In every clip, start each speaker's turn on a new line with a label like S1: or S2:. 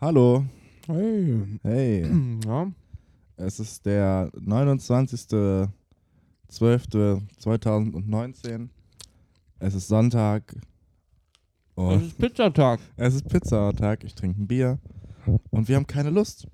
S1: Hallo,
S2: Hey.
S1: hey,
S2: Ja.
S1: es ist der 29.12.2019. Es ist Sonntag
S2: Es
S1: und
S2: ist Pizzatag.
S1: es ist Pizzatag. Ich trinke ein Bier und wir haben keine Lust.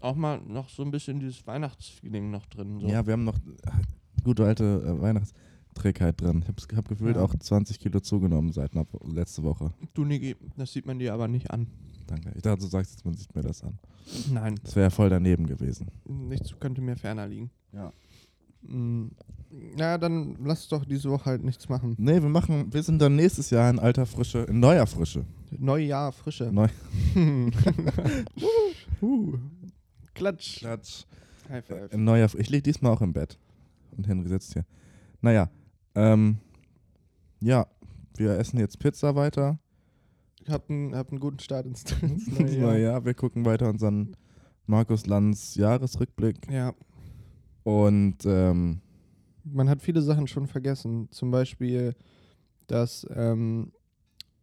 S2: Auch mal noch so ein bisschen dieses Weihnachtsfeeling noch drin. So.
S1: Ja, wir haben noch ach, die gute alte äh, Weihnachtsträgheit drin. Ich habe hab gefühlt
S2: Ja.
S1: auch 20 Kilo zugenommen seit na- letzte Woche.
S2: Du, Niki, das sieht man dir aber nicht an.
S1: Danke. Ich dachte, du sagst jetzt, man sieht mir das an.
S2: Nein,
S1: Das wäre ja voll daneben gewesen.
S2: nichts könnte mir ferner liegen.
S1: Ja.
S2: Mm. Na, dann lass doch diese Woche halt nichts machen.
S1: Nee, wir machen, wir sind dann nächstes Jahr in alter Frische, in neuer Frische.
S2: Neujahr, Frische.
S1: Neu
S2: uh. Klatsch.
S1: Klatsch. Äh,
S2: High five.
S1: In neuer Fr- Ich liege diesmal auch im Bett. Und Henry sitzt hier. Naja, ähm, ja, wir essen jetzt Pizza weiter.
S2: Habt einen, habt einen guten Start ins, ins neue Jahr.
S1: Naja, wir gucken weiter unseren Markus Lanz Jahresrückblick.
S2: Ja,
S1: Und ähm,
S2: man hat viele Sachen schon vergessen. Zum Beispiel, dass ähm,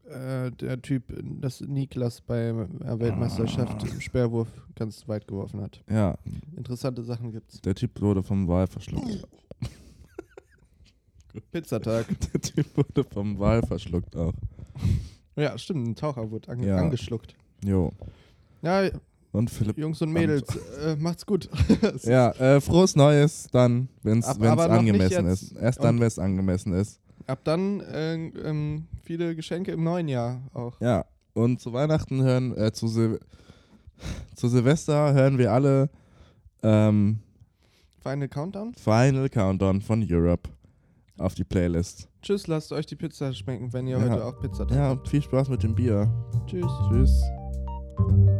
S2: äh, der Typ, dass Niklas bei der Weltmeisterschaft
S1: Ah.
S2: im Sperrwurf ganz weit geworfen hat.
S1: ja,
S2: Interessante Sachen gibt's.
S1: der Typ wurde vom Wal verschluckt.
S2: Pizzatag.
S1: Der Typ wurde vom Wal verschluckt auch.
S2: ja, stimmt, ein Taucher wurde ange
S1: Ja.
S2: angeschluckt.
S1: Jo.
S2: Ja,
S1: Und Philipp.
S2: Jungs und Mädels, äh, macht's gut. Es ist-
S1: Ja, äh, frohes Neues dann, wenn es
S2: Ab- aber noch nicht
S1: angemessen
S2: jetzt.
S1: ist. Erst dann,
S2: Und-
S1: wenn es angemessen ist.
S2: Ab dann äh, ähm, viele Geschenke im neuen Jahr auch.
S1: Ja, und zu Weihnachten hören, äh, zu, Sil zu Silvester hören wir alle ähm,
S2: Final Countdown.
S1: Final Countdown von Europe auf die Playlist.
S2: Tschüss, lasst euch die Pizza schmecken, wenn ihr
S1: Ja.
S2: heute auch Pizza
S1: Ja,
S2: habt.
S1: und viel Spaß mit dem Bier.
S2: Tschüss.
S1: Tschüss.